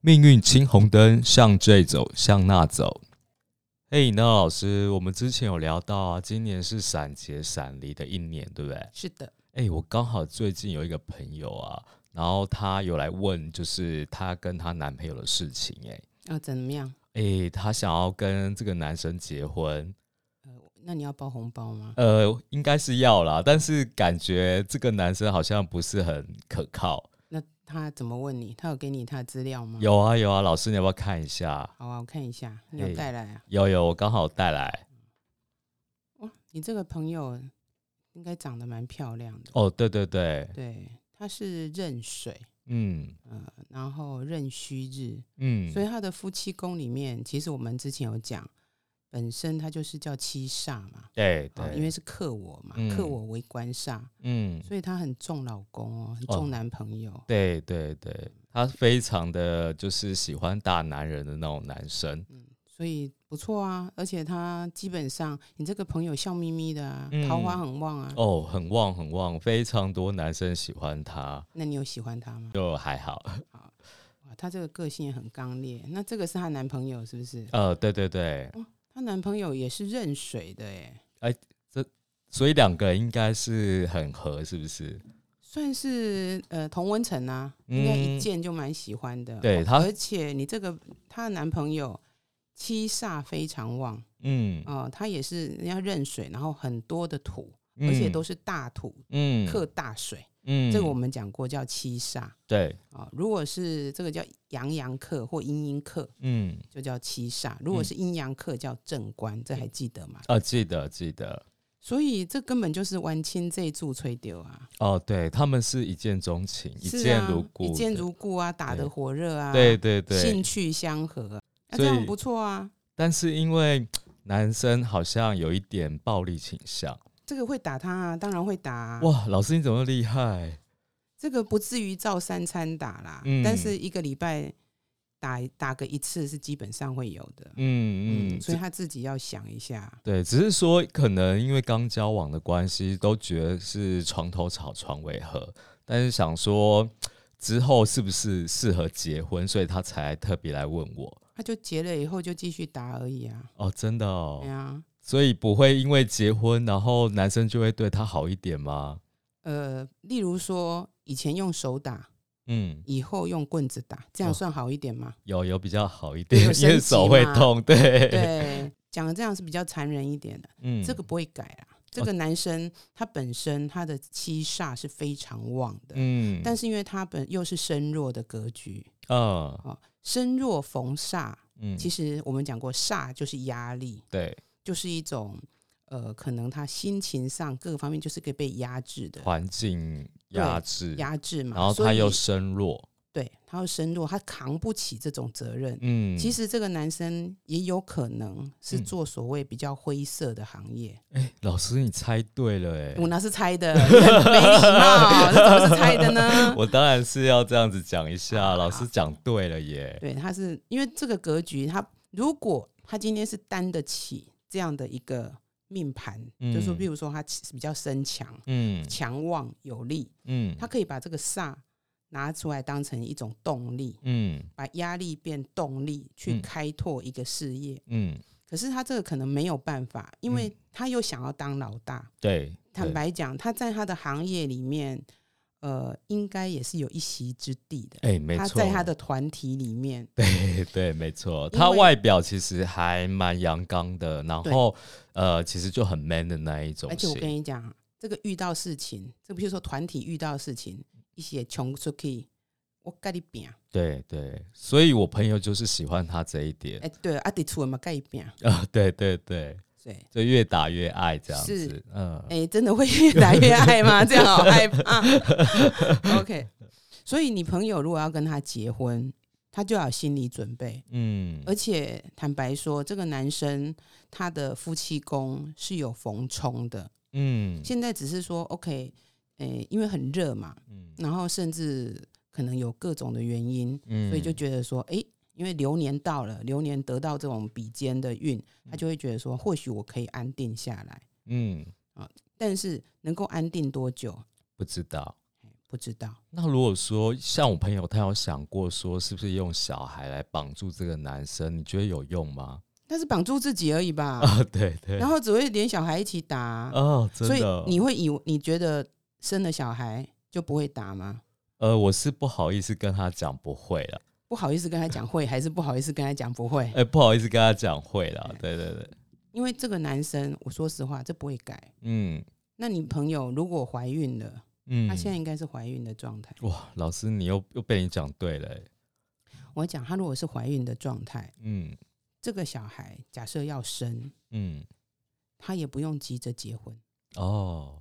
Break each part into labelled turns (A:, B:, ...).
A: 命运青红灯，向这走，向那走。嘿、那老师，我们之前有聊到啊，今年是闪结闪离的一年，对不对？
B: 是的，
A: 哎、我刚好最近有一个朋友啊，然后她有来问，就是她跟她男朋友的事情、哎，
B: 要啊怎么样？
A: 哎、她想要跟这个男生结婚，
B: 那你要包红包吗？
A: 呃，应该是要啦，但是感觉这个男生好像不是很可靠。
B: 那他怎么问你？他有给你他的资料吗？。
A: 有啊有啊，老师你要不要看一下？
B: 好啊，我看一下，你
A: 哎
B: 有带来啊？
A: 有有，我刚好带来。
B: 哇，你这个朋友应该长得蛮漂亮的。
A: 哦，对对对，
B: 对，他是壬水，
A: 嗯
B: 嗯、然后壬戌日，
A: 嗯，
B: 所以他的夫妻宫里面，其实我们之前有讲，本身他就是叫七煞嘛，
A: 对
B: 啊
A: 对，
B: 因为是克我嘛，
A: 嗯
B: 克我为官煞，
A: 嗯，
B: 所以他很重老公哦，很
A: 哦
B: 重男朋友。
A: 对对对，他非常的就是喜欢大男人的那种男生。
B: 所以不错啊，而且他基本上你这个朋友笑眯眯的啊，
A: 嗯
B: 桃花很旺啊。
A: 哦，很旺很旺，非常多男生喜欢他，
B: 那你有喜欢他吗？
A: 就还好。
B: 哇，他这个个性也很刚烈。那这个是她男朋友是不是？
A: 呃，对对对，
B: 她男朋友也是壬水的哎，
A: 所以两个人应该是很合，是不是？
B: 算是呃同温层啊，应该
A: 嗯
B: 一见就蛮喜欢的。
A: 对
B: 哦
A: 他
B: 而且你这个她的男朋友七煞非常旺
A: 嗯，
B: 哦、他也是人家壬水，然后很多的土，而且都
A: 是
B: 是大土
A: 嗯
B: 克大水，
A: 嗯
B: 这个我们讲过叫七煞。
A: 对，
B: 啊、如果是这个叫阳阳克或阴阴克，
A: 嗯
B: 就叫七煞；如果是阴阳克，叫正官，这还记得吗？
A: 啊，记得记得。
B: 所以这根本就是晚清这一柱吹丢啊，
A: 哦，对，他们是一见钟情，一
B: 是
A: 见
B: 啊
A: 如故的，
B: 一见如故啊，打
A: 对
B: 得火热啊，
A: 对对对，
B: 兴趣相合啊，那、
A: 所
B: 这
A: 以
B: 样不错啊，
A: 但是因为男生好像有一点暴力倾向，
B: 这个会打他啊，当然会打、啊，
A: 哇，老师你怎么那么厉害？
B: 这个不至于照三餐打啦，
A: 嗯
B: 但是一个礼拜打打个一次是基本上会有的，
A: 嗯嗯，
B: 所以
A: 这
B: 他自己要想一下，
A: 对，只是说可能因为刚交往的关系，都觉得是床头吵，床尾和，但是想说之后是不是适合结婚，所以他才特别来问我。
B: 他就结了以后就继续打而已啊，
A: 哦，真的哦
B: 对，啊。
A: 所以不会因为结婚，然后男生就会对他好一点吗？
B: 呃，例如说以前用手打，
A: 嗯，
B: 以后用棍子打，
A: 哦
B: 这样算好一点吗？
A: 有有比较好一
B: 有
A: 点，因
B: 升
A: 为手
B: 级
A: 会
B: 嘛
A: 痛， 对，
B: 对，讲的这样是比较残忍一点的，
A: 嗯
B: 这个不会改啦。这个男生他本身他的七煞是非常旺的，
A: 嗯，
B: 但是因为他本又是身弱的格局，
A: 嗯
B: 身弱逢煞，
A: 嗯，
B: 其实我们讲过，煞就是压力，
A: 对，
B: 就是一种呃，可能他心情上各个方面就是可以被压制的，
A: 环境压制，
B: 压制嘛。
A: 哦然后
B: 所
A: 他
B: 以
A: 又身弱，
B: 对，他又身弱，他扛不起这种责任，
A: 嗯，
B: 其实这个男生也有可能是
A: 嗯
B: 做所谓比较灰色的行业，
A: 老师你猜对了哎、
B: 我哪是猜的，你 很没礼貌，这怎么是猜的呢？
A: 我当然是要这样子讲一下，
B: 好
A: 老师讲对了耶，
B: 对，他是因为这个格局，他如果他今天是担得起这样的一个命盘，
A: 嗯
B: 就是说，比如说他其实比较身强、
A: 嗯
B: 强旺有力，
A: 嗯，
B: 他可以把这个煞拿出来当成一种动力，
A: 嗯
B: 把压力变动力去
A: 嗯
B: 开拓一个事业。
A: 嗯
B: 可是他这个可能没有办法，因为他又想要当老大。
A: 对，
B: 坦
A: 对，
B: 白讲，他在他的行业里面，呃，应该也是有一席之地的。
A: 哎、没
B: 他
A: 错，
B: 在他的团体里面，
A: 对 对没错，
B: 因
A: 他
B: 为
A: 外表其实还蛮阳刚的，然后呃其实就很 man 的那一种
B: 而且我跟
A: 型，
B: 你讲，这个遇到事情，这比如说团体遇到事情，一些穷出去，我跟你拼，
A: 对对，所以我朋友就是喜欢他这一点，
B: 哎，对，啊，得出嘛，跟你拼，
A: 啊、对对对，
B: 对，
A: 就越打越爱这样
B: 是
A: 子，嗯。
B: 哎，真的会越来越爱吗？这样好害怕。OK，所以你朋友如果要跟他结婚，他就要有心理准备。
A: 嗯，
B: 而且坦白说，这个男生他的夫妻宫是有逢冲的，
A: 嗯
B: 现在只是说 OK，诶、因为很热嘛，
A: 嗯
B: 然后甚至可能有各种的原因，
A: 嗯
B: 所以就觉得说，诶、因为流年到了，流年得到这种比肩的运，他就会觉得说，或许我可以安定下来，
A: 嗯
B: 但是能够安定多久
A: 不知道，
B: 不知道。
A: 那如果说像我朋友，他有想过说，是不是用小孩来绑住这个男生？你觉得有用吗？
B: 但是绑住自己而已吧，
A: 啊， 对对，
B: 然后只会连小孩一起打，
A: 哦，真
B: 所以
A: 的，
B: 你会以为你觉得生了小孩就不会打吗？
A: 呃，我是不好意思跟他讲不会了，
B: 不好意思跟他讲 会，还是不好意思跟他讲不会
A: 哎、？不好意思跟他讲会了，对对对，
B: 因为这个男生，我说实话，这不会改。
A: 嗯
B: 那你朋友如果怀孕了，
A: 嗯，
B: 她现在应该是怀孕的状态。
A: 哇，老师你又又被你讲对了、欸
B: 我讲，她如果是怀孕的状态，
A: 嗯
B: 这个小孩假设要生，
A: 嗯，
B: 她也不用急着结婚。
A: 哦，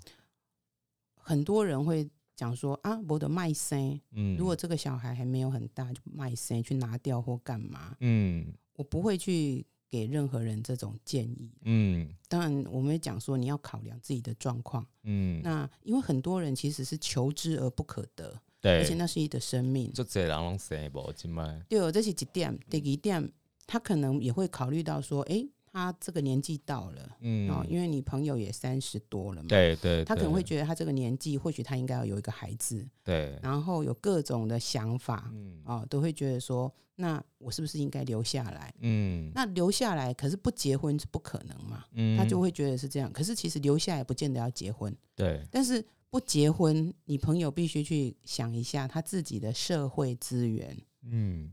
B: 很多人会讲说啊，我的卖生，
A: 嗯，
B: 如果这个小孩还没有很大，就卖身去拿掉或干嘛，
A: 嗯
B: 我不会去给任何人这种建议。
A: 嗯
B: 当然，我们也讲说你要考量自己的状况。
A: 嗯，
B: 那因为很多人其实是求之而不可得，而且
A: 对，
B: 那是一的生命。
A: 就这人拢生无今麦，
B: 对哦，这是几点？第一点，他可能也会考虑到说，诶，他这个年纪到了、
A: 嗯，
B: 哦，因为你朋友也三十多了嘛，
A: 对对，
B: 他可能
A: 对
B: 会觉得他这个年纪，或许他应该要有一个孩子，
A: 对，
B: 然后有各种的想法。
A: 嗯
B: 哦，都会觉得说，那我是不是应该留下来？
A: 嗯，
B: 那留下来，可是不结婚是不可能嘛？
A: 嗯
B: 他就会觉得是这样。可是其实留下来不见得要结婚，
A: 对，
B: 但是不结婚，你朋友必须去想一下他自己的社会资源。
A: 嗯，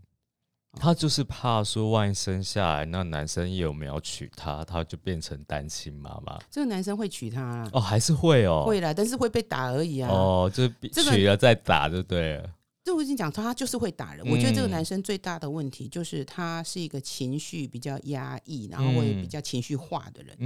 B: 哦
A: 他就是怕说，万一生下来，那男生有没有娶她，她就变成单亲妈妈。
B: 这个男生会娶她啦，
A: 哦，还是会哦，
B: 会啦，但是会被打而已啊。
A: 哦，就是比
B: 这个
A: 娶了再打就对了。
B: 这我已经讲说他就是会打人。我觉得这个
A: 嗯
B: 男生最大的问题就是他是一个情绪比较压抑，然后会比
A: 嗯
B: 较情绪化的人。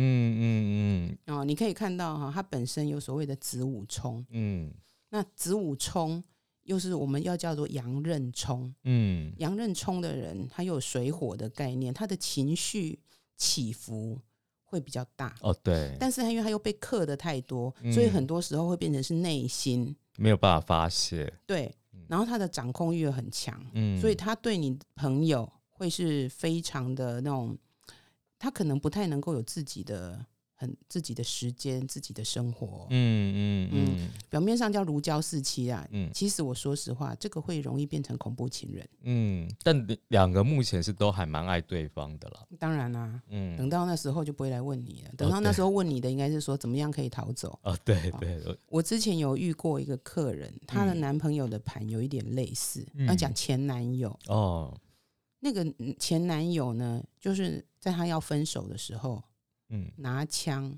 A: 嗯嗯
B: 哦，你可以看到哈、他本身有所谓的子午冲。
A: 嗯
B: 那子午冲又是我们要叫做阳刃冲，
A: 嗯嗯，
B: 阳刃冲的人，他有水火的概念，他的情绪起伏会比较大。
A: 哦对，
B: 但是他因为他又被克的太多，所以
A: 嗯
B: 很多时候会变成是内心
A: 没有办法发泄。
B: 对，然后他的掌控欲又很强，
A: 嗯，
B: 所以他对你朋友会是非常的那种，他可能不太能够有自己的很自己的时间、自己的生活。
A: 嗯嗯嗯
B: 表面上叫如胶似漆啊，
A: 嗯
B: 其实我说实话，这个会容易变成恐怖情人。
A: 嗯，但两两个目前是都还蛮爱对方的啦。
B: 当然啦、等
A: 嗯，
B: 到那时候就不会来问你了。等到那时候问你的，应该是说怎么样可以逃走。
A: 哦对对，我
B: 我之前有遇过一个客人，她的
A: 嗯
B: 男朋友的盘有一点类似，
A: 嗯
B: 要讲前男友。
A: 哦
B: 那个嗯前男友呢，就是在她要分手的时候，
A: 嗯，
B: 拿枪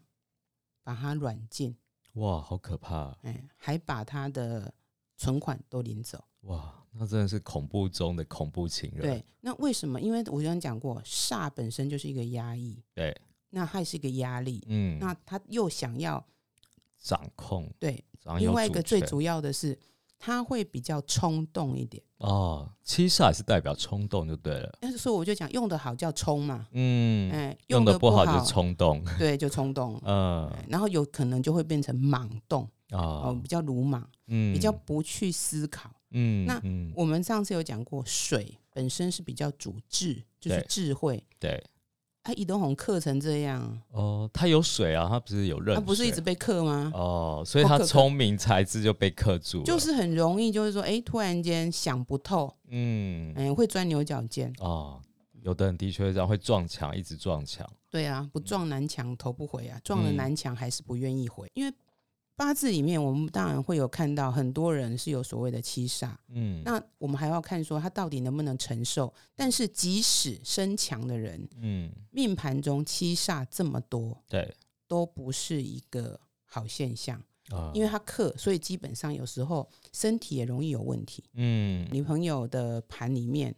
B: 把她软禁，
A: 哇，好可怕啊
B: 哎，还把她的存款都领走。
A: 哇，那真的是恐怖中的恐怖情人。
B: 对，那为什么？因为我刚刚讲过，煞本身就是一个压抑，
A: 对，
B: 那还是一个压力。
A: 嗯，
B: 那他又想要
A: 掌控，
B: 对，
A: 掌有
B: 另外一
A: 主
B: 个最
A: 权
B: 主要的是，他会比较冲动一点。
A: 哦，七煞也是代表冲动就对了。
B: 但是所以我就讲，用的好叫冲嘛，
A: 嗯，
B: 哎，
A: 用
B: 的
A: 的
B: 不
A: 不好就，冲动。
B: 对，就冲动了。
A: 嗯
B: 哎然后有可能就会变成莽动
A: 啊
B: 哦，比，较鲁莽，
A: 嗯，
B: 比较不去思考。
A: 嗯，
B: 那
A: 嗯
B: 我们上次有讲过，水本身是比较主智，就是
A: 对
B: 智慧。
A: 对
B: 啊，易东红克成这样，
A: 哦，他有水啊，他不是有
B: 他、
A: 热，
B: 不是一直被克吗？
A: 哦，所以
B: 好
A: 他
B: 可怕
A: 聪明才智就被克住了，
B: 就是很容易，就是说，哎，突然间想不透，
A: 嗯
B: 哎，会钻牛角尖。
A: 哦，有的人的确这样会撞墙，一直撞墙。
B: 对啊，不撞南墙头不回啊，撞了
A: 嗯
B: 南墙还是不愿意回。因为八字里面，我们当然会有看到很多人是有所谓的七煞，
A: 嗯
B: 那我们还要看说他到底能不能承受。但是即使身强的人，
A: 嗯，
B: 命盘中七煞这么多，
A: 对
B: 都不是一个好现象，
A: 啊，
B: 因为他克，所以基本上有时候身体也容易有问题。
A: 嗯
B: 女朋友的盘里面，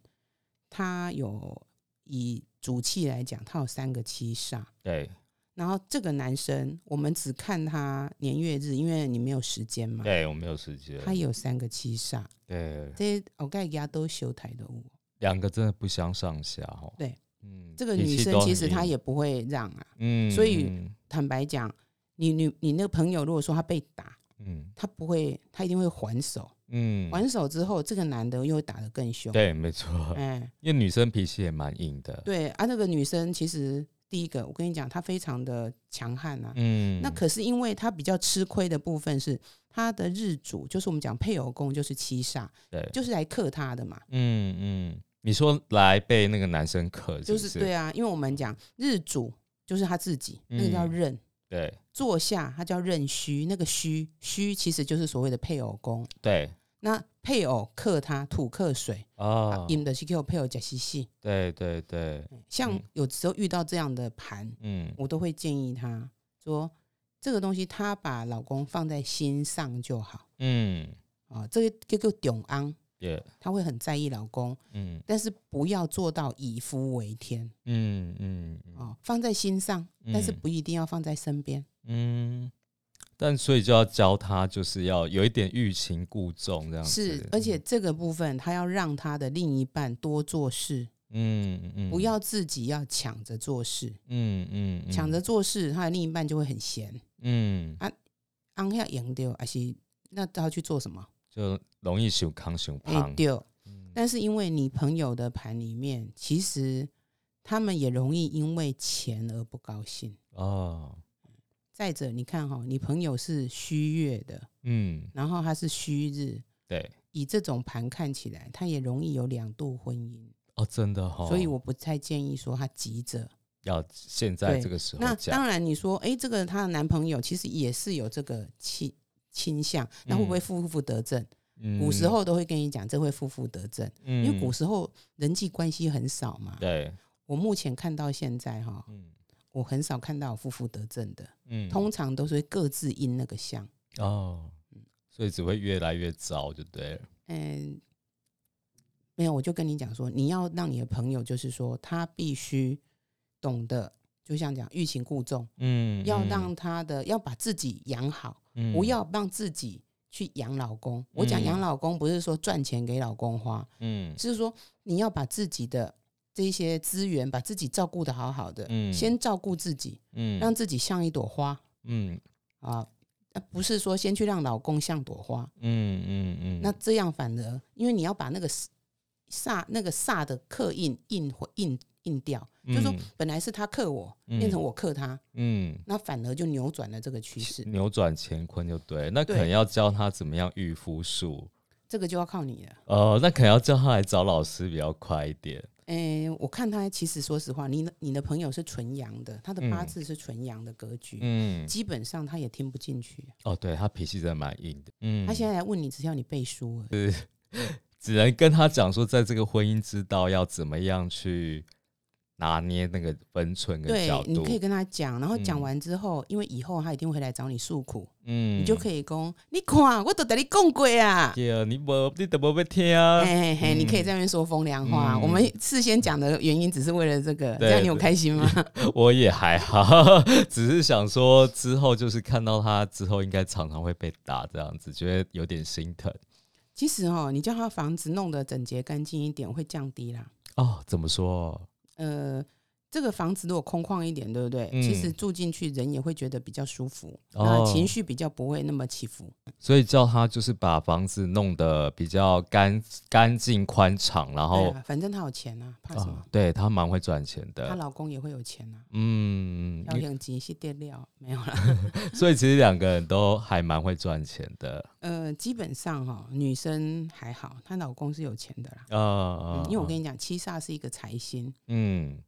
B: 她有以主气来讲，她有三个七煞。
A: 对
B: 然后这个男生，我们只看他年月日，因为你没有时间嘛。
A: 对，我没有时间，
B: 嗯他有三个七煞，
A: 对，
B: 这些我盖家都修台的物。
A: 两个真的不相上下哦。
B: 对，
A: 嗯，
B: 这个
A: 脾
B: 女
A: 气
B: 生
A: 都
B: 其
A: 很
B: 实她
A: 硬
B: 也不会让啊。
A: 嗯，
B: 所以
A: 嗯
B: 坦白讲，你你你那个朋友如果说他被打，
A: 嗯
B: 他不会，他一定会还手。
A: 嗯，
B: 还手之后，这个男的又会打得更凶。
A: 对，没错，
B: 哎，
A: 因为女生脾气也蛮硬的，
B: 对啊，那个女生其实第一个，我跟你讲，他非常的强悍啊。
A: 嗯，
B: 那可是因为他比较吃亏的部分是他的日主，就是我们讲配偶宫，就是七煞，
A: 对，
B: 就是来克他的嘛。
A: 嗯嗯，你说来被那个男生克
B: 就是是
A: 不
B: 对啊，因为我们讲日主就是他自己，那个叫
A: 嗯
B: 任。
A: 对
B: 坐下，他叫任虚，那个虚虚其实就是所谓的配偶宫。
A: 对
B: 那配偶克他土克水，
A: 啊，
B: 引的是给我配偶假西西。
A: 对对对，
B: 像
A: 嗯
B: 有时候遇到这样的盘，
A: 嗯
B: 我都会建议他说，这个东西他把老公放在心上就好
A: 嗯
B: 啊、这个这个懂安，
A: 也
B: 他会很在意老公，
A: 嗯
B: 但是不要做到以夫为天
A: 嗯嗯
B: 啊、放在心上，但是
A: 嗯
B: 不一定要放在身边。
A: 嗯，但所以就要教他，就是要有一点欲擒故纵这样子，
B: 是，而且这个部分他要让他的另一半多做事，
A: 嗯嗯，
B: 不要自己要抢着做事，
A: 嗯嗯嗯
B: 抢着做事，他的另一半就会很闲，
A: 嗯，
B: 昂要赢掉，而且那他要去做什么？
A: 就容易想康想
B: 哎
A: 胖，
B: 丢
A: 嗯。
B: 但是因为你朋友的盘里面，其实他们也容易因为钱而不高兴。
A: 哦，
B: 再者，你看哈、你朋友是虚月的，
A: 嗯
B: 然后他是虚日，
A: 对，
B: 以这种盘看起来，他也容易有两度婚姻，
A: 哦真的哈、哦，
B: 所以我不太建议说他急着。
A: 要现在
B: 对
A: 这个时
B: 那
A: 候讲，
B: 当然，你说，诶，这个她的男朋友其实也是有这个倾倾向，那会不会
A: 嗯
B: 负负得正？
A: 嗯
B: 古时，候都会跟你讲，这会负负得正，
A: 嗯
B: 因为古时候人际关系很少嘛。
A: 对，
B: 我目前看到现在哈，
A: 嗯
B: 我很少看到有负负得正的，
A: 嗯，
B: 通常都是会各自因那个相。
A: 哦，所以只会越来越糟，就对了。
B: 嗯，没有，我就跟你讲说，你要让你的朋友，就是说他必须懂得，就像讲欲擒故纵，
A: 嗯
B: 要让他的要把自己养好。不，要让自己去养老公。我讲养
A: 嗯
B: 老公不是说赚钱给老公花，
A: 嗯
B: 是说你要把自己的这些资源，把自己照顾的好好的，
A: 嗯
B: 先照顾自己，
A: 嗯
B: 让自己像一朵花
A: 嗯
B: 啊，呃不是说先去让老公像朵花，
A: 嗯嗯嗯，
B: 那这样反而因为你要把那个煞那个煞的刻印印回印印掉，就是说本来是他克我，变成我克他，
A: 嗯
B: 那反而就扭转了这个趋势，
A: 扭转乾坤就对，那可
B: 对
A: 能要教他怎么样御夫术。
B: 这个就要靠你了。
A: 呃，那可能要叫他来找老师比较快一点。
B: 诶、我看他其实说实话，你的你的朋友是纯阳的，他的八
A: 嗯
B: 字是纯阳的格局，
A: 嗯，
B: 基本上他也听不进去。啊
A: 哦，对他脾气真的蛮硬的。嗯，
B: 他现在来问你，只要你背书而已。
A: 只能跟他讲说，在这个婚姻之道要怎么样去拿捏那个分寸跟
B: 对
A: 角，
B: 你
A: 度
B: 可。以跟他讲，然后
A: 嗯
B: 讲完之后，因为以后他一定会来找你诉苦，
A: 嗯
B: 你就可以讲，你看我都跟你讲过
A: 以。
B: 啊。
A: 对，你不，你怎么会听啊？
B: 嘿嘿嘿，你可以
A: 嗯
B: 在那边说风凉话。
A: 嗯
B: 我们事先讲的原因只是为了这个，
A: 对
B: 这样你有开 心吗？
A: 我也还好， 只是想说之后就是看到他之后，应该常常会被打这样子，觉得有点心疼
B: 其实哦，你叫他房子弄得整洁干净一点，会降低啦。
A: 哦。怎么说？
B: 呃，这个房子如果空旷一点，对不对？
A: 嗯
B: 其实住进去人也会觉得比较舒服，
A: 哦
B: 那呃情绪比较不会那么起伏。
A: 所以叫他就是把房子弄得比较干干净宽敞，然
B: 对
A: 后哦
B: 啊，反正她有钱啊，怕什么？
A: 对他蛮会赚钱
B: 她、
A: 的。
B: 老公也会有钱啊，
A: 呃嗯，
B: 要用急些垫料没有 啦。
A: 所以其实两个人都还蛮会赚钱的。
B: 呃，基本上哈、女生还好，她老公是有钱的啦。
A: 啊
B: 嗯，因为我跟你讲，七煞是一个财星，
A: 嗯，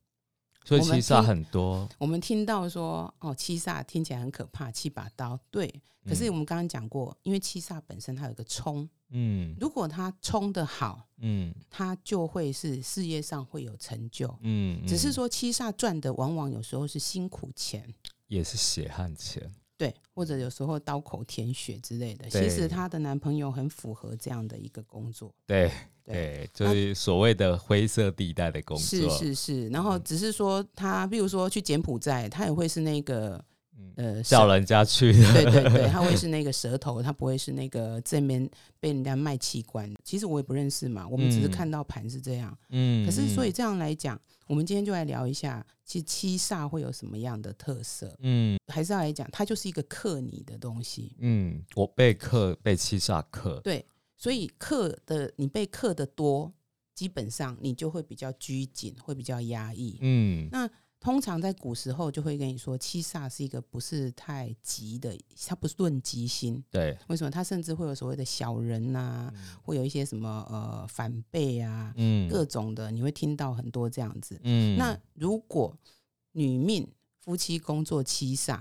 A: 所以
B: 我们
A: 七煞
B: 听
A: 很多。
B: 我们听到说哦，七煞听起来很可怕，七把刀，对。可是我们刚刚讲过，因为七煞本身它有个冲，
A: 嗯
B: 如果它冲的好，
A: 嗯
B: 他就会是事业上会有成就。
A: 嗯，
B: 只是
A: 嗯
B: 说七煞赚的往往有时候是辛苦钱，
A: 也是血汗钱。
B: 对，或者有时候刀口舔血之类的。
A: 对
B: 其实她的男朋友很符合这样的一个工作，
A: 对对
B: 对，
A: 就是所谓的灰色地带的工作。嗯
B: 是是是。然后只是说他，比如说去柬埔寨，他也会是那个
A: 嗯，
B: 呃
A: 叫
B: 了，
A: 人家去 的。
B: 对对对，他会是那个舌头，他不会是那个正面被人家卖器官。其实我也不认识嘛，我们只是
A: 嗯
B: 看到盘是这样。
A: 嗯
B: 可是，所以
A: 嗯
B: 这样来讲，我们今天就来聊一下，其实七煞会有什么样的特色？
A: 嗯
B: 还是要来讲，它就是一个克你的东西。
A: 嗯，我被克被七煞克。
B: 对，所以克的你被克的多，基本上你就会比较拘谨，会比较压抑。
A: 嗯
B: 那通常在古时候就会跟你说，七煞是一个不是太急的，它不是论吉星。
A: 对，
B: 为什么？它甚至会有所谓的小人呐、会有一些什么呃反背啊，
A: 嗯
B: 各种的，你会听到很多这样子。
A: 嗯
B: 那如果女命夫妻工作七煞，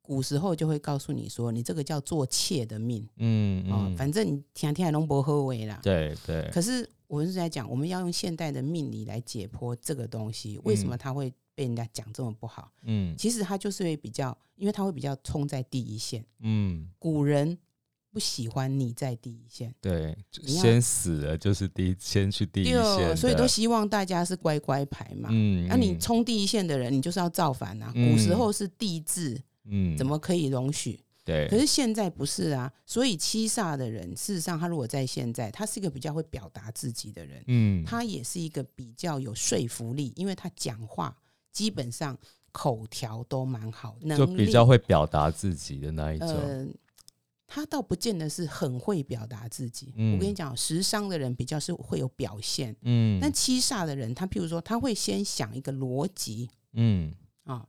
B: 古时候就会告诉你说，你这个叫做妾的命
A: 嗯
B: 啊、
A: 嗯，
B: 反正你天天龙伯喝为啦。
A: 对对，
B: 可是我是在讲，我们要用现代的命理来解剖这个东西，为什么它会被人家讲这么不好？
A: 嗯
B: 其实它就是会比较，因为它会比较冲在第一线。
A: 嗯，
B: 古人不喜欢你在第一线，
A: 对，就
B: 你要
A: 先死了就是第一，先去第一
B: 第二，
A: 线，
B: 所以都，希望大家是乖乖牌嘛。
A: 嗯，
B: 那、你
A: 嗯
B: 冲第一线的人，你就是要造反啊！
A: 嗯
B: 古时候是帝制，
A: 嗯
B: 怎么可以容许？
A: 对？
B: 可是现在不是啊，所以七煞的人，事实上他如果在现在，他是一个比较会表达自己的人，
A: 嗯，
B: 他也是一个比较有说服力，因为他讲话基本上口条都蛮好，能
A: 就
B: 力
A: 比较会表达自己的那一种，
B: 呃，他倒不见得是很会表达自己。
A: 嗯
B: 我跟你讲，时尚的人比较是会有表现，
A: 嗯，
B: 但七煞的人，他譬如说他会先想一个逻辑
A: 嗯
B: 啊、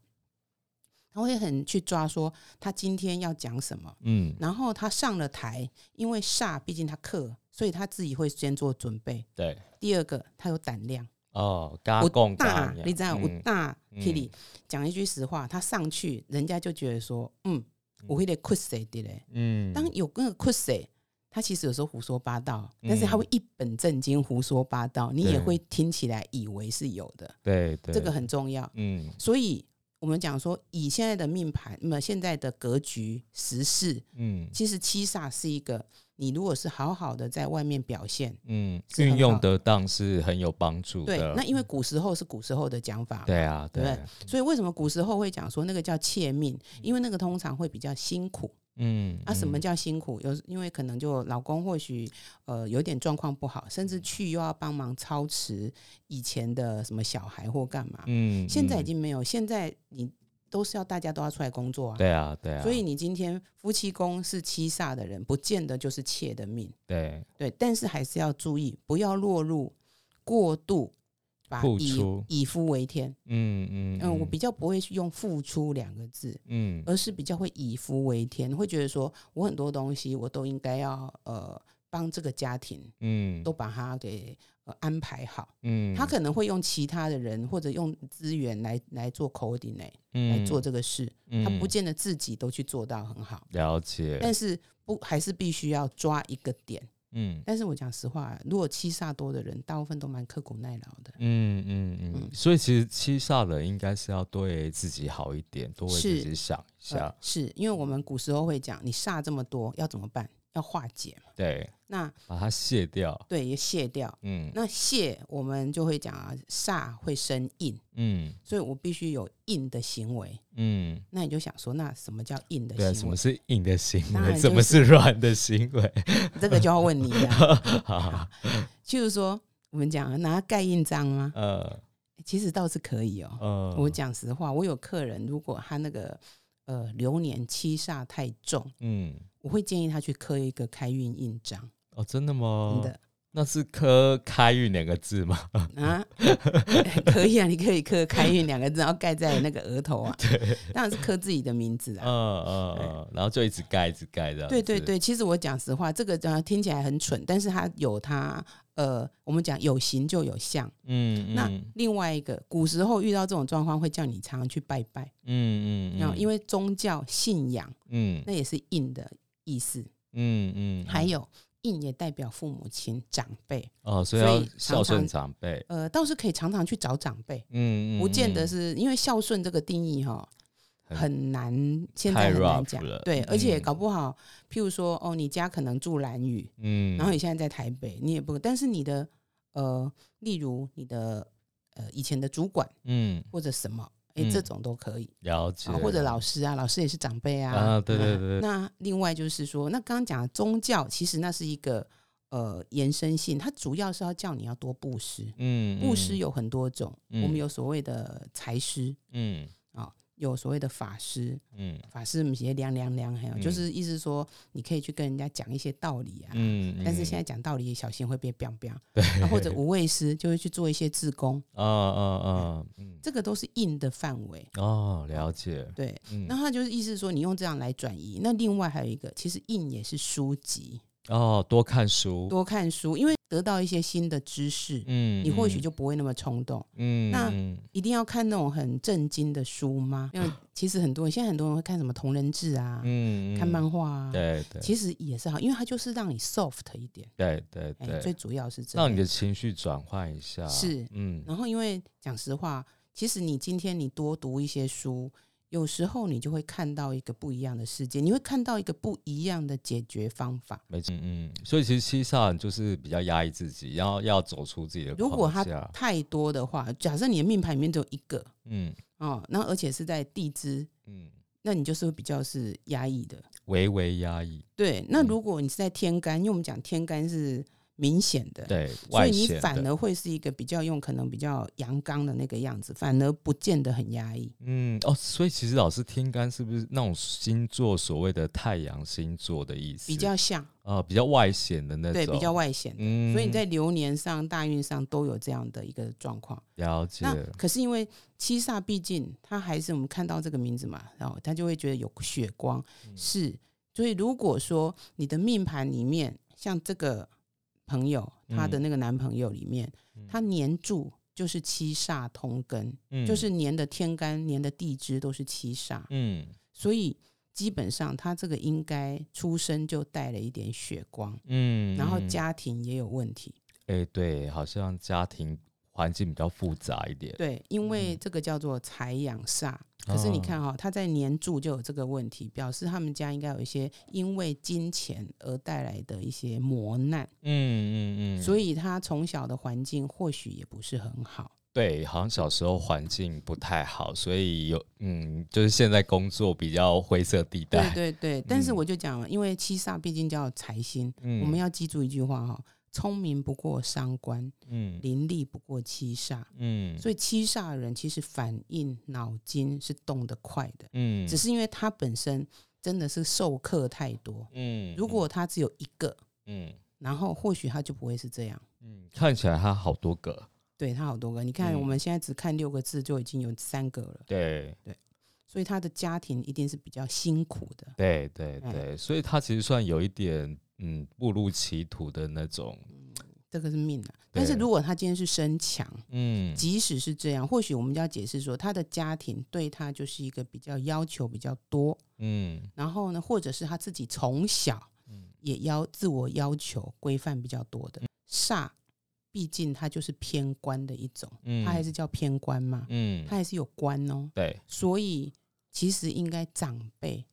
B: 他会很去抓说他今天要讲什么。
A: 嗯
B: 然后他上了台，因为煞毕竟他克，所以他自己会先做准备。
A: 对，
B: 第二个，他有胆量，
A: 哦，嘎
B: 我
A: 贡
B: 大
A: 嘎，，
B: 你知道，我
A: 嗯
B: 大
A: 嗯
B: Kitty 讲一句实话，他上去，人家就觉得说，嗯，我会得酷谁的嘞。
A: 嗯，
B: 当有那个酷谁，他其实有时候胡说八道，但是他
A: 嗯
B: 会一本正经胡说八道，你也
A: 对
B: 会听起来以为是有的，
A: 对对，
B: 这个很重要。
A: 嗯
B: 所以我们讲说，以现在的命盘，那么现在的格局、时事，
A: 嗯
B: 其实七煞是一个，你如果是好好的在外面表现，
A: 嗯，
B: 是
A: 运
B: 很
A: 用
B: 好
A: 得当是很有帮助
B: 对，
A: 的嗯
B: 那。因为古时候是古时候的讲法，
A: 对啊，
B: 对
A: 对
B: 不
A: 啊，
B: 所以为什么古时候会讲说那个叫妾命？因为那个通常会比较辛苦。
A: 嗯，
B: 啊，什么
A: 嗯
B: 叫辛苦？有因为可能就老公或许呃有点状况不好，甚
A: 嗯
B: 至去又要帮忙操持以前的什么小孩或干嘛。
A: 嗯，
B: 现在已
A: 嗯
B: 经没有，现在你都是要大家都要出来工作啊。
A: 对啊，对啊，
B: 所以你今天夫妻宫是七煞的人，不见得就是妾的命。
A: 对
B: 对，但是还是要注意，不要落入过度把
A: 付
B: 以
A: 出
B: 以夫为天。
A: 嗯嗯
B: 嗯，我比呃较不会去用付出两个字，
A: 嗯
B: 而是比较会以夫为天，会觉得说我很多东西我都应该要呃帮这个家庭
A: 嗯
B: 都把它给、呃、安排好。
A: 嗯
B: 他可能会用其他的人或者用资源来来做 coordinate 来
A: 来
B: 做这个事，
A: 个
B: 他不见得自己都去做到很好，
A: 了解，
B: 但是不还是必须要抓一个点。
A: 嗯
B: 但是我讲实话，如果七煞多的人，大部分都蛮刻苦耐劳的。
A: 嗯嗯嗯，
B: 嗯
A: 所以其实七煞人应该是要对自己好一点，多为自
B: 是
A: 己想一
B: 呃
A: 下，
B: 是因为我们古时候会讲，你煞这么多要怎么办？要化解嘛。
A: 对，
B: 那
A: 把它卸掉，
B: 对，也卸掉。
A: 嗯
B: 那卸我们就会讲啊，煞会生印，
A: 嗯
B: 所以我必须有印的行为。
A: 嗯，
B: 那你就想说，那什么叫印的
A: 对啊，什
B: 行为
A: 么？是硬的行
B: 当
A: 为，
B: 然
A: 什
B: 就
A: 么是软的行为？
B: 这个就要问你了。
A: 好，
B: 就是说，我们讲啊拿盖印章吗？
A: 呃
B: 其实倒是可以哦。
A: 呃，
B: 我讲实话，我有客人，如果他那个呃流年七煞太重，
A: 嗯。
B: 我会建议他去刻一个开运印章，
A: 哦，真的吗
B: 真？的、
A: 那是刻“开运”两个字吗？
B: 啊， 可以啊，你可以刻“开运”两个字，然后盖在那个额头 啊，当然是刻自己的名字
A: 嗯
B: 啊。
A: 嗯嗯，然后就一直盖，一直盖的。
B: 对对，对，其实我讲实话，这个呃听起来很蠢，但是它有它呃，我们讲有形就有相。
A: 嗯，
B: 那
A: 嗯
B: 另外一个，古时候遇到这种状况，会叫你常常去拜拜，
A: 嗯嗯，
B: 那、因
A: 为
B: 为宗教信仰
A: 嗯
B: 那也是印的意思，
A: 嗯嗯，
B: 还
A: 有
B: 有印也代表父母亲长辈，
A: 哦，所以
B: 所
A: 要
B: 以常
A: 孝顺
B: 常
A: 长辈。
B: 呃，倒是可以常常去找长辈。
A: 嗯，嗯
B: 不见得
A: 嗯
B: 是因为孝顺这个定义哈，
A: 很
B: 很难，现
A: 太
B: 在很难
A: rough
B: 讲
A: 了。
B: 对，而且
A: 嗯
B: 搞不好，譬如说，哦，你家可能住兰屿，
A: 嗯，
B: 然后你现在在台北，你也不，但是你的呃，例如你的呃以前的主管
A: 嗯
B: 或者什么，哎，这
A: 嗯
B: 种都可以。
A: 了解
B: 啊，，或者老师啊，老师也是长辈啊。
A: 啊对对
B: 嗯
A: 对对
B: 那另外就是说，那刚刚讲的宗教，其实那是一个呃延伸性，它主要是要叫你要多布施。
A: 嗯
B: 布施
A: 有
B: 有很多种，我
A: 嗯
B: 们有所谓的财施，
A: 嗯
B: 啊、有所谓的法师，
A: 嗯
B: 法师我们些凉凉凉，还有、
A: 嗯
B: 就是意思说，你可以去跟人家讲一些道理啊。
A: 嗯，
B: 但是
A: 嗯
B: 现在讲道理，小心会被 biang biang。啊或者无畏师就会去做一些自工，
A: 啊啊啊，嗯，
B: 这个都是硬的范围。
A: 哦，了解，
B: 对，
A: 嗯
B: 那，他就是意思说，你用这样来转移。那另外还有一个，其实印也是书籍，
A: 哦，多看书，
B: 多看书，因为得到一些新的知识，
A: 嗯，
B: 你或许
A: 嗯，
B: 就不会那么冲动。
A: 嗯，
B: 那
A: 嗯
B: 一定要看那种很震惊的书吗？因为其实很多人现在很多人会看什么同人志啊，
A: 嗯，
B: 看
A: 嗯
B: 漫画啊，
A: 对对，
B: 其实也是好，因为它就是让你 soft 一点，
A: 对对
B: 哎、
A: 对，
B: 最主要是这
A: 让
B: 样。
A: 你的情绪转换一下，
B: 是
A: 嗯，
B: 然后因为讲实话，其实你今天你多读一些书，有时候你就会看到一个不一样的世界，你会看到一个不一样的解决方法。
A: 没错，嗯嗯，所以其实西萨就是比较压抑自己，然后要走出自己的
B: 如果
A: 框
B: 它
A: 架，
B: 太多的话，假设你的命盘里面只有一个
A: 嗯
B: 哦，那而且是在地支，
A: 嗯，
B: 那你就是会比较是压抑的。
A: 微微压抑，
B: 对，那
A: 嗯
B: 如果你是在天干，因为我们讲天干是明显的，
A: 对，
B: 所
A: 外
B: 以你
A: 显
B: 反
A: 的，
B: 而会是一个比较用可能比较阳刚的那个样子，反而不见得很压抑。
A: 嗯哦，所以其实老师天干是不是那种星座所谓的太阳星座的意思？
B: 比较像，
A: 啊，比较外显的那种，
B: 对，比较，外显。
A: 嗯，
B: 所以你在流年上、大运上都有这样的一个状况。
A: 了解，
B: 那可是因为七煞，毕竟它还是我们看到这个名字嘛，然后他就会觉得有血光，
A: 嗯
B: 是。所以如果说你的命盘里面，像这个朋友，她
A: 嗯
B: 的那个男朋友里面，他年柱就是七煞通根，
A: 嗯
B: 就是年的天干、年的地支都是七煞，
A: 嗯
B: 所以基本上他这个应该出生就带了一点血光，
A: 嗯，
B: 然后
A: 嗯，
B: 家庭也有问题。
A: 哎、对，好像家庭环境比较复杂一点，
B: 对，因为
A: 嗯
B: 这个叫做财养煞。可
A: 哦
B: 是你看哈、他在年柱就有这个问题，表示他们家应该有一些因为金钱而带来的一些磨难，
A: 嗯嗯嗯，
B: 所
A: 以
B: 以他从小的环境或许也不是很好。
A: 对，好像小时候环境不太好，所以有嗯，就是现在工作比较灰色地
B: 对
A: 带，
B: 对对，但是
A: 嗯
B: 我就讲了，因为七煞毕竟叫财星，
A: 嗯
B: 我们要记住一句话哈、聪明不过伤官，
A: 嗯
B: 伶俐不过七煞。
A: 嗯，
B: 所以七煞人其实反应脑筋是动得快的，
A: 嗯
B: 只是因为他本身真的是授课太多，
A: 嗯，
B: 如果他只有一个，
A: 嗯
B: 然后或许他就不会是这样。
A: 嗯，看起来它好多个，
B: 对他好多个，你看
A: 嗯
B: 我们现在只看六个字就已经有三个了，
A: 对
B: 所以他的家庭一定是比较辛苦的。
A: 对对
B: 哎
A: 对，所以它其实算有一点嗯步入歧途的那种，
B: 这个是命啊。但是
A: 对
B: 如果他今天是身强，
A: 嗯
B: 即使是这样，或许我们就要解释说，他的家庭对他就是一个比较要求比较多，
A: 嗯
B: 然后呢，或者是他自己从小
A: 嗯
B: 也要自我要求规范比较多的煞，毕竟他就是偏官的一种，
A: 嗯，
B: 他还是叫偏官嘛，
A: 嗯
B: 他还是有官哦。
A: 对，
B: 所以其实应该长辈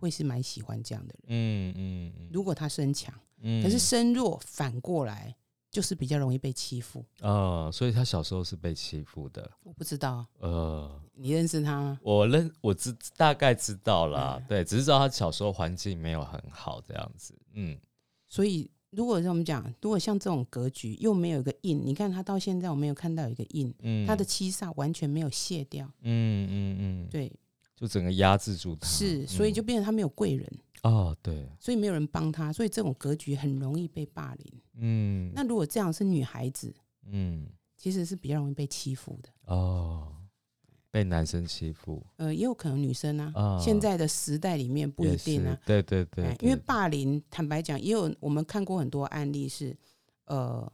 B: 会是蛮喜欢这样的人。
A: 嗯嗯嗯，
B: 如果他身强，
A: 嗯
B: 可是身弱，反过来就是比较容易被欺负。
A: 呃，所以他小时候是被欺负的。
B: 我不知道
A: 呃，
B: 你认识他吗？
A: 我认我知大概知道啦，对，只是知道他小时候环境没有很好这样子。嗯
B: 所以如果像我们讲，如果像这种格局又没有一个印，你看他到现在我没有看到有一个印，
A: 嗯，
B: 他的七煞完全没有卸掉。
A: 嗯嗯嗯，，
B: 对，
A: 就整个压制住他，
B: 是，所以就
A: 嗯
B: 变成他没有贵人，
A: 哦，对，
B: 所以没有人帮他，所以这种格局很容易被霸凌。
A: 嗯，
B: 那如果这样是女孩子，
A: 嗯
B: 其实是比较容易被欺负的。
A: 哦，被男生欺负
B: 呃，也有可能女生啊，
A: 啊，
B: 现在的时代里面不一
A: 也
B: 定啊
A: 是，对对对
B: 哎，
A: 对
B: 因为霸凌，坦白讲，也有我们看过很多案例是，呃，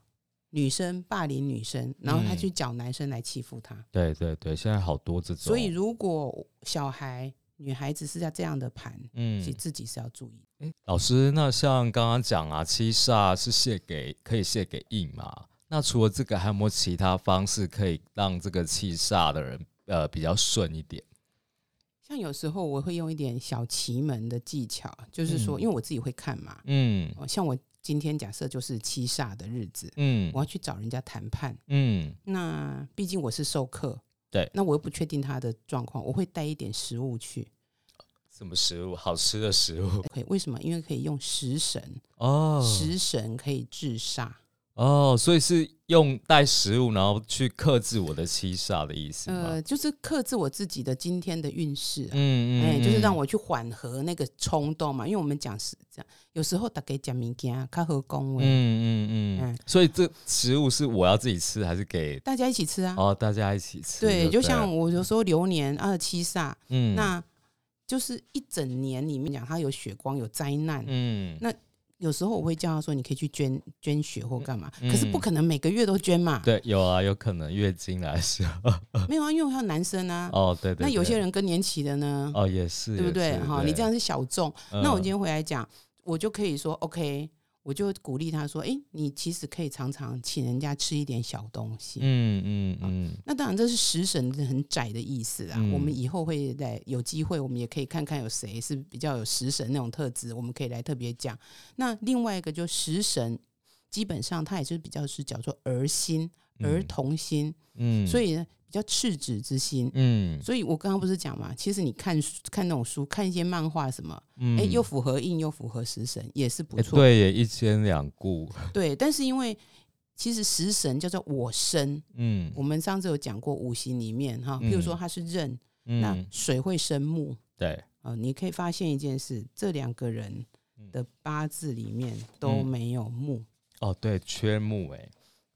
B: 女生霸凌女生，然后她
A: 嗯
B: 去找男生来欺负她。
A: 对对对，现在好多这种，
B: 所以，如果小孩、女孩子是在这样的盘，
A: 嗯
B: 其实，自己是要注意的。
A: 老师，那像刚刚讲啊，七煞是卸给可以卸给印嘛？那除了这个，还有没有其他方式可以让这个七煞的人呃比较顺一点？
B: 像有时候我会用一点小奇门的技巧，就是说，
A: 嗯
B: 因为我自己会看嘛，
A: 嗯
B: 哦，像我今天假设就是七煞的日子，
A: 嗯
B: 我要去找人家谈判，
A: 嗯
B: 那毕竟我是授课，
A: 对
B: 那我又不确定他的状况，我会带一点食物去。
A: 什么食物？好吃的食物
B: 可以为什么？因为可以用食神，
A: 哦，
B: 食神可以制煞，
A: 哦，所以是用带食物，然后去克制我的七煞的意思吗？
B: 呃，就是克制我自己的今天的运势、啊，
A: 嗯
B: 哎、就是让
A: 我
B: 我去缓和那个冲动嘛。因为我们讲是这样，有时候大家讲物件，啊较好恭
A: 嗯
B: 维，
A: 嗯嗯
B: 哎，
A: 所以这食物是我要自己吃还是给
B: 大家一起吃啊。
A: 哦大家一起吃？
B: 对，就
A: 了
B: 像我有时候流年二十七煞，
A: 嗯
B: 那就是一整年里面讲它有血光，有灾难。
A: 嗯
B: 那有时候我会叫他说，你可以去捐捐血或干嘛，
A: 嗯
B: 可是不可能每个月都捐嘛。
A: 对有啊，有可能月经来的时候
B: 没有 啊，因为我还有男生啊。
A: 哦对对
B: 那有些
A: 人
B: 人更年期的呢，
A: 哦也是
B: 对不
A: 也
B: 对？
A: 是
B: 哈，你这样是小众。
A: 嗯
B: 那我今天回来讲，我就可以说 OK，我就鼓励他说，哎，你其实可以常常请人家吃一点小东西。
A: 嗯嗯
B: 啊
A: 嗯
B: 那当然，这是食神很窄的意思啊。
A: 嗯
B: 我们以后会来有机会，我们也可以看看有谁是比较有食神那种特质，我们可以来特别讲。那另外一个就食神，基本上它也是比较是叫做儿心、
A: 嗯
B: 儿童心，
A: 嗯，
B: 所以呢比较赤子之心。
A: 嗯
B: 所以我刚刚不是讲嘛，其实你看书看那种书，看一些漫画什么，
A: 嗯
B: 哎、又符合印，又符合食神，也是不
A: 哎
B: 错。
A: 对耶，一兼两顾，
B: 对，但是因为其实食神叫做我身，
A: 嗯
B: 我们上次有讲过五行里面哈，譬如说
A: 嗯
B: 它是壬，那
A: 嗯
B: 水会生木
A: 对，
B: 啊、呃你可以发现一件事，这两个人的八字里面都
A: 嗯
B: 没有木，
A: 哦对，缺木哎，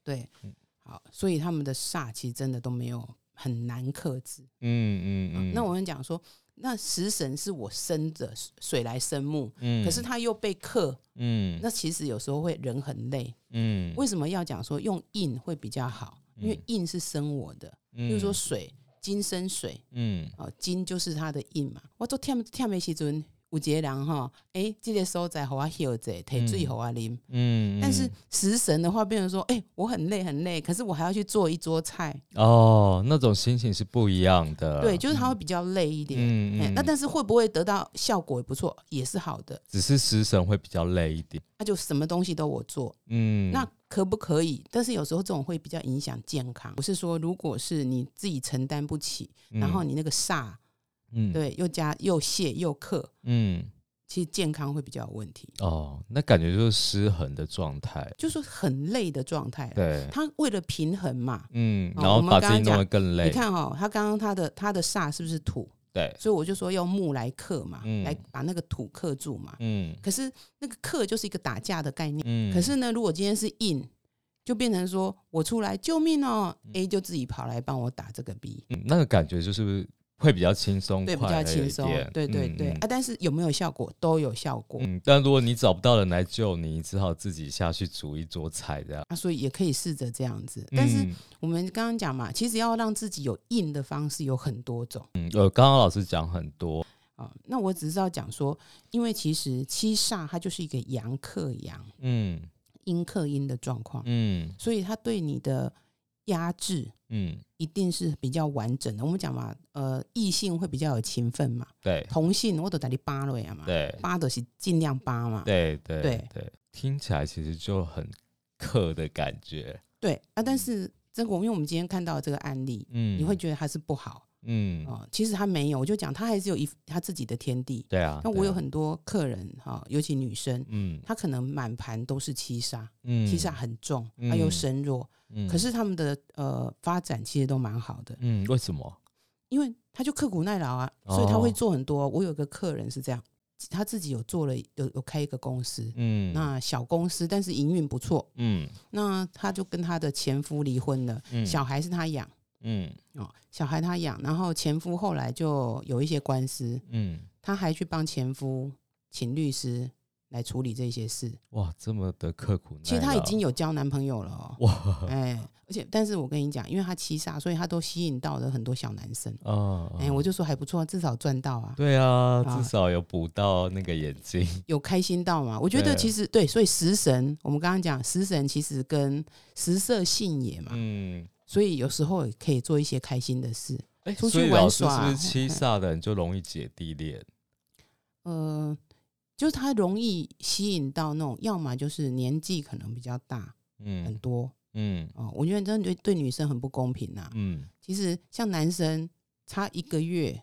B: 对
A: 嗯，
B: 好，所以他们的煞其实真的都没有很难克制。
A: 嗯嗯
B: 啊
A: 嗯，
B: 那我们讲说，那食神是我生的水来生木，
A: 嗯，
B: 可是他又被克，
A: 嗯
B: 那其实有时候会人很累。
A: 嗯，
B: 为什么要讲说用印会比较好？因为
A: 嗯
B: 印是生我的，
A: 比
B: 比如说水，金生水。
A: 嗯
B: 哦，金就是它的印嘛。我做忝忝的时阵，有一个人吼，诶、这个所在互我休者，摕水互我啉。
A: 嗯，
B: 但是食神的话，变成说，诶、我很累很累，可是我还要去做一桌菜，
A: 哦，那种心情是不一样的。
B: 对，就是他会比较累一点。
A: 啊嗯
B: 哎、
A: 嗯，
B: 那但是会不会得到效果也不错，也是好的。
A: 只是食神会比较累一点。
B: 那就什么东西都我做，
A: 嗯，
B: 那可不可以？但是有时候这种会比较影响健康。我是说，如果是你自己承担不起，
A: 嗯
B: 然后你那个煞，
A: 嗯，
B: 对，又加又泄又克，
A: 嗯
B: 其实健康会比较有问题。
A: 哦，那感觉就是失衡的状态。
B: 就是说很累的状态。
A: 对，
B: 他为了平衡嘛，
A: 嗯，
B: 哦
A: 然后
B: 我们
A: 把
B: 刚
A: 自己
B: 刚
A: 弄得
B: 讲
A: 更累。
B: 你，看哦，他刚刚他的他的煞是不是土？
A: 对，
B: 所以我就说用木来克嘛，
A: 嗯
B: 来把那个土克住嘛。
A: 嗯
B: 可是那个克就是一个打架的概念。
A: 嗯，
B: 可是呢，如果今天是印，就变成说我出来救命哦、a 就自己跑来帮我打这个 B，
A: 嗯那个感觉就是会比较轻松，
B: 对，比
A: 快乐
B: 较
A: 一
B: 轻松
A: 点。
B: 对对
A: 嗯
B: 对、
A: 嗯
B: 啊，但是有没有效果？都有效果。
A: 嗯，但如果你找不到人来救你，你只好自己下去煮一桌菜这样。
B: 啊，所以也可以试着这样子，但是
A: 嗯
B: 我们刚刚讲嘛，其实要让自己有印的方式有很多种。
A: 嗯，呃，刚刚老师讲很多，
B: 啊、那我只是要讲说，因为其实七煞它就是一个阳克阳、
A: 嗯
B: 阴克阴的状况，
A: 嗯
B: 所以它对你的压制
A: 嗯，
B: 一定是比较完整的。我们讲嘛，呃，异性会比较有勤奋嘛，
A: 对
B: 同性我都带你扒了啊呀嘛，
A: 对，
B: 扒的是尽量扒嘛，
A: 对对
B: 对
A: 对，听起来其实就很克的感觉。
B: 对啊。但是这个，因为我们今天看到这个案例，
A: 嗯，
B: 你会觉得它是不好
A: 嗯，
B: 哦、其实它没有，我就讲它还是有一它自己的天地。
A: 对啊。
B: 那
A: 对
B: 我有
A: 啊
B: 很多客人哈、尤其女生，
A: 嗯
B: 她可能满盘都是七杀。
A: 嗯，
B: 七煞很重，
A: 嗯
B: 它又身弱，
A: 嗯，
B: 可是他们的呃发展其实都蛮好的，
A: 嗯，为什么？
B: 因为他就刻苦耐劳啊，所以他
A: 哦
B: 会做很多。我有个客人是这样，他自己有做了有有开一个公司，
A: 嗯，
B: 那小公司但是营运不错，
A: 嗯
B: 那他就跟他的前夫离婚了，
A: 嗯
B: 小孩是他养
A: 嗯
B: 哦，小孩他养，然后前夫后来就有一些官司，
A: 嗯，
B: 他还去帮前夫请律师来处理这些事。
A: 哇，这么的刻苦耐劳，
B: 其实她已经有交男朋友了哦。
A: 哇
B: 哎，而且但是我跟你讲，因为他七煞，所以他都吸引到了很多小男生。
A: 啊，
B: 哎、我就说还不错，至少赚到啊，
A: 对啊，
B: 啊
A: 至少有补到那个眼睛。
B: 有开心到嘛。我觉得
A: 对
B: 其实对，所以食神，我们刚刚讲食神其实跟食色性也嘛，
A: 嗯，
B: 所以有时候也可以做一些开心的事。
A: 哎，
B: 出
A: 所
B: 去
A: 以
B: 玩
A: 老师是
B: 耍
A: 不是七煞的人就容易姐弟恋？
B: 呃，就是他容易吸引到那种，要么就是年纪可能比较大很
A: 嗯
B: 多
A: 嗯
B: 哦，我觉得真的对啊对女生很不公平呐、
A: 嗯
B: 其实像男生差一个月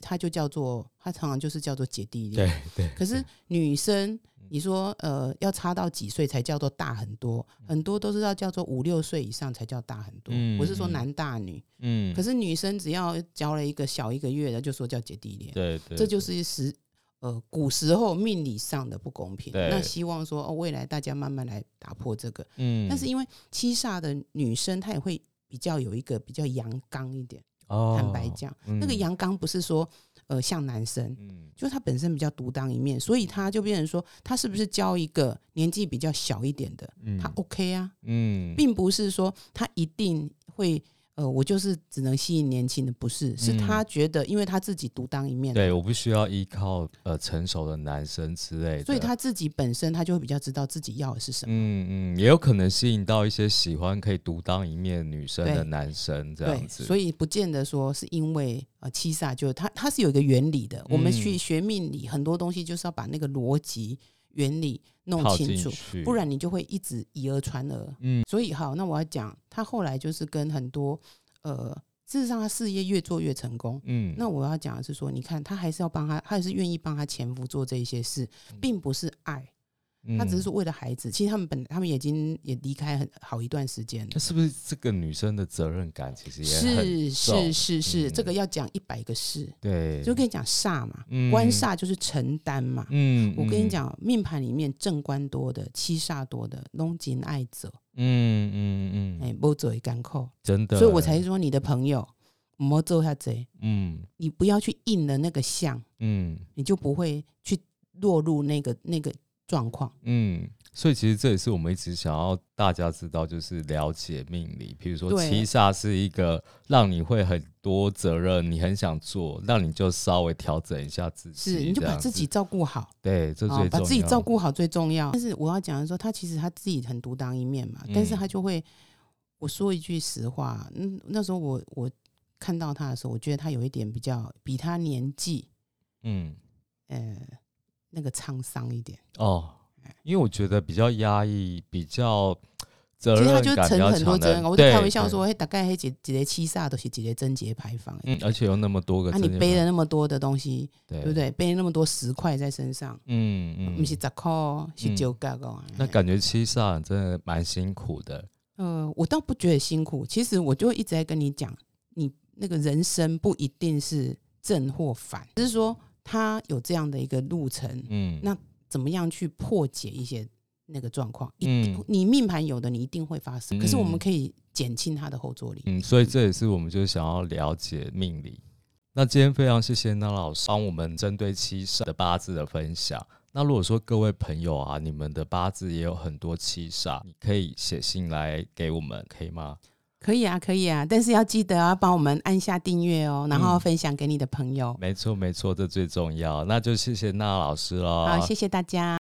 B: 它就叫做，它常常就是叫做姐弟恋。
A: 对嗯对，
B: 可是女生，你说呃，要差到几岁才叫做大很多？很多都是要叫做五六岁以上才叫大很多。
A: 嗯
B: 我是说
A: 嗯
B: 男大女，
A: 嗯，
B: 可
A: 是
B: 是女生只要交了一个小一个月的，就说叫姐弟恋，
A: 对对，
B: 这就是时呃古时候命理上的不公平。
A: 对
B: 那希望说哦，未来大家慢慢来打破这个。
A: 嗯，
B: 但是因为七煞的女生，她也会比较有一个比较阳刚一点。坦白
A: 哦，
B: 讲，
A: 嗯
B: 那个，阳刚不是说呃像男生，
A: 嗯
B: 就他本身比较独当一面，所以他就变成说，他是不是交一个年纪比较小一点的，
A: 嗯，
B: 他 OK 啊，
A: 嗯
B: 并不是说他一定会呃，我就是只能吸引年轻的，不是，是
A: 嗯
B: 他觉得，因为他自己独当一面，啊
A: 对，我不需要依靠呃成熟的男生之类的，
B: 所以他自己本身他就会比较知道自己要的是什么。
A: 嗯嗯，也有可能吸引到一些喜欢可以独当一面女生的
B: 对
A: 男生这
B: 对
A: 样，子，
B: 所以不见得说是因为呃七煞，就是它它是有一个原理的。我
A: 嗯
B: 们去学命理，很多东西就是要把那个逻辑原理弄
A: 套
B: 清
A: 进
B: 楚，
A: 去，
B: 不然你就会一直以讹传讹。
A: 嗯，
B: 所以好，那我要讲，他后来就是跟很多呃，事实上他事业越做越成功。
A: 嗯，
B: 那我要讲的是说，你看他还是要帮他，他还是愿意帮他前夫做这一些事，并不是爱，他只
A: 嗯，
B: 是说为了孩子。其实他们本他们已经也离开很好一段时间了
A: 那。是不是这个女生的责任感其实也很
B: 是是
A: 重
B: 是是，这
A: 嗯
B: 个要讲一百个事，
A: 对，
B: 就跟你讲煞嘛，
A: 嗯
B: 官，煞就是承担嘛。
A: 嗯，
B: 我跟你
A: 嗯，
B: 讲，命盘里面正官多的，七煞多的，龙井爱者，
A: 嗯嗯嗯，
B: 哎，不走一干扣，
A: 真的，
B: 所以我才说你的朋友莫做下贼，
A: 嗯
B: 你不要去应了那个相，
A: 嗯
B: 你就不会去落入那个那个状况。
A: 嗯，所以其实这也是我们一直想要大家知道，就是了解命理。比如说
B: 对
A: 七煞是一个让你会很多责任，你很想做，那你就稍微调整一下自己，
B: 是，你就
A: 这
B: 把
A: 样
B: 自
A: 子
B: 己照顾好，
A: 对，这最重
B: 啊，
A: 要。
B: 把自己照顾好最重要。但是我要讲的说，他其实他自己很独当一面嘛，但是
A: 嗯
B: 他就会，我说一句实话，嗯，那时候我我看到他的时候，我觉得他有一点比较比他年纪，
A: 嗯，
B: 呃，那个沧桑一点。
A: 哦，因为我觉得比较压抑，比较责
B: 其实他
A: 任
B: 就
A: 感比
B: 承
A: 较
B: 很多
A: 强
B: 责
A: 的
B: 任感，
A: 人，
B: 我就
A: 对
B: 开玩笑，说，
A: 对
B: 嘿，大概嘿几几个七煞都是几个贞节牌坊。欸
A: 嗯，而且有那么多个
B: 啊，
A: 证
B: 你
A: 件牌，
B: 背了那么多的东西，
A: 对
B: 对不？对？背了那么多石块在身上，
A: 嗯嗯，
B: 不是十块哦，是
A: 嗯
B: 九角哦。
A: 那感觉七煞真的蛮辛苦的，
B: 呃，我倒不觉得辛苦，其实我就一直在跟你讲，你那个人生不一定是正或反，只是说他有这样的一个路程，
A: 嗯，
B: 那怎么样去破解一些那个状况？一
A: 嗯
B: 你命盘有的，你一定会发生，可是我
A: 嗯
B: 们可以减轻它的后坐力。
A: 嗯，所以这也是我们就想要了解命理。那今天非常谢谢那老师帮我们针对七煞的八字的分享。那如果说各位朋友啊，你们的八字也有很多七煞，你可以写信来给我们，可以吗？
B: 可以啊，可以啊，但是要记得要帮我们按下订阅哦，然后
A: 嗯
B: 分享给你的朋友。
A: 没错，没错，这最重要。那就谢谢那老师喽。
B: 好，谢谢大家。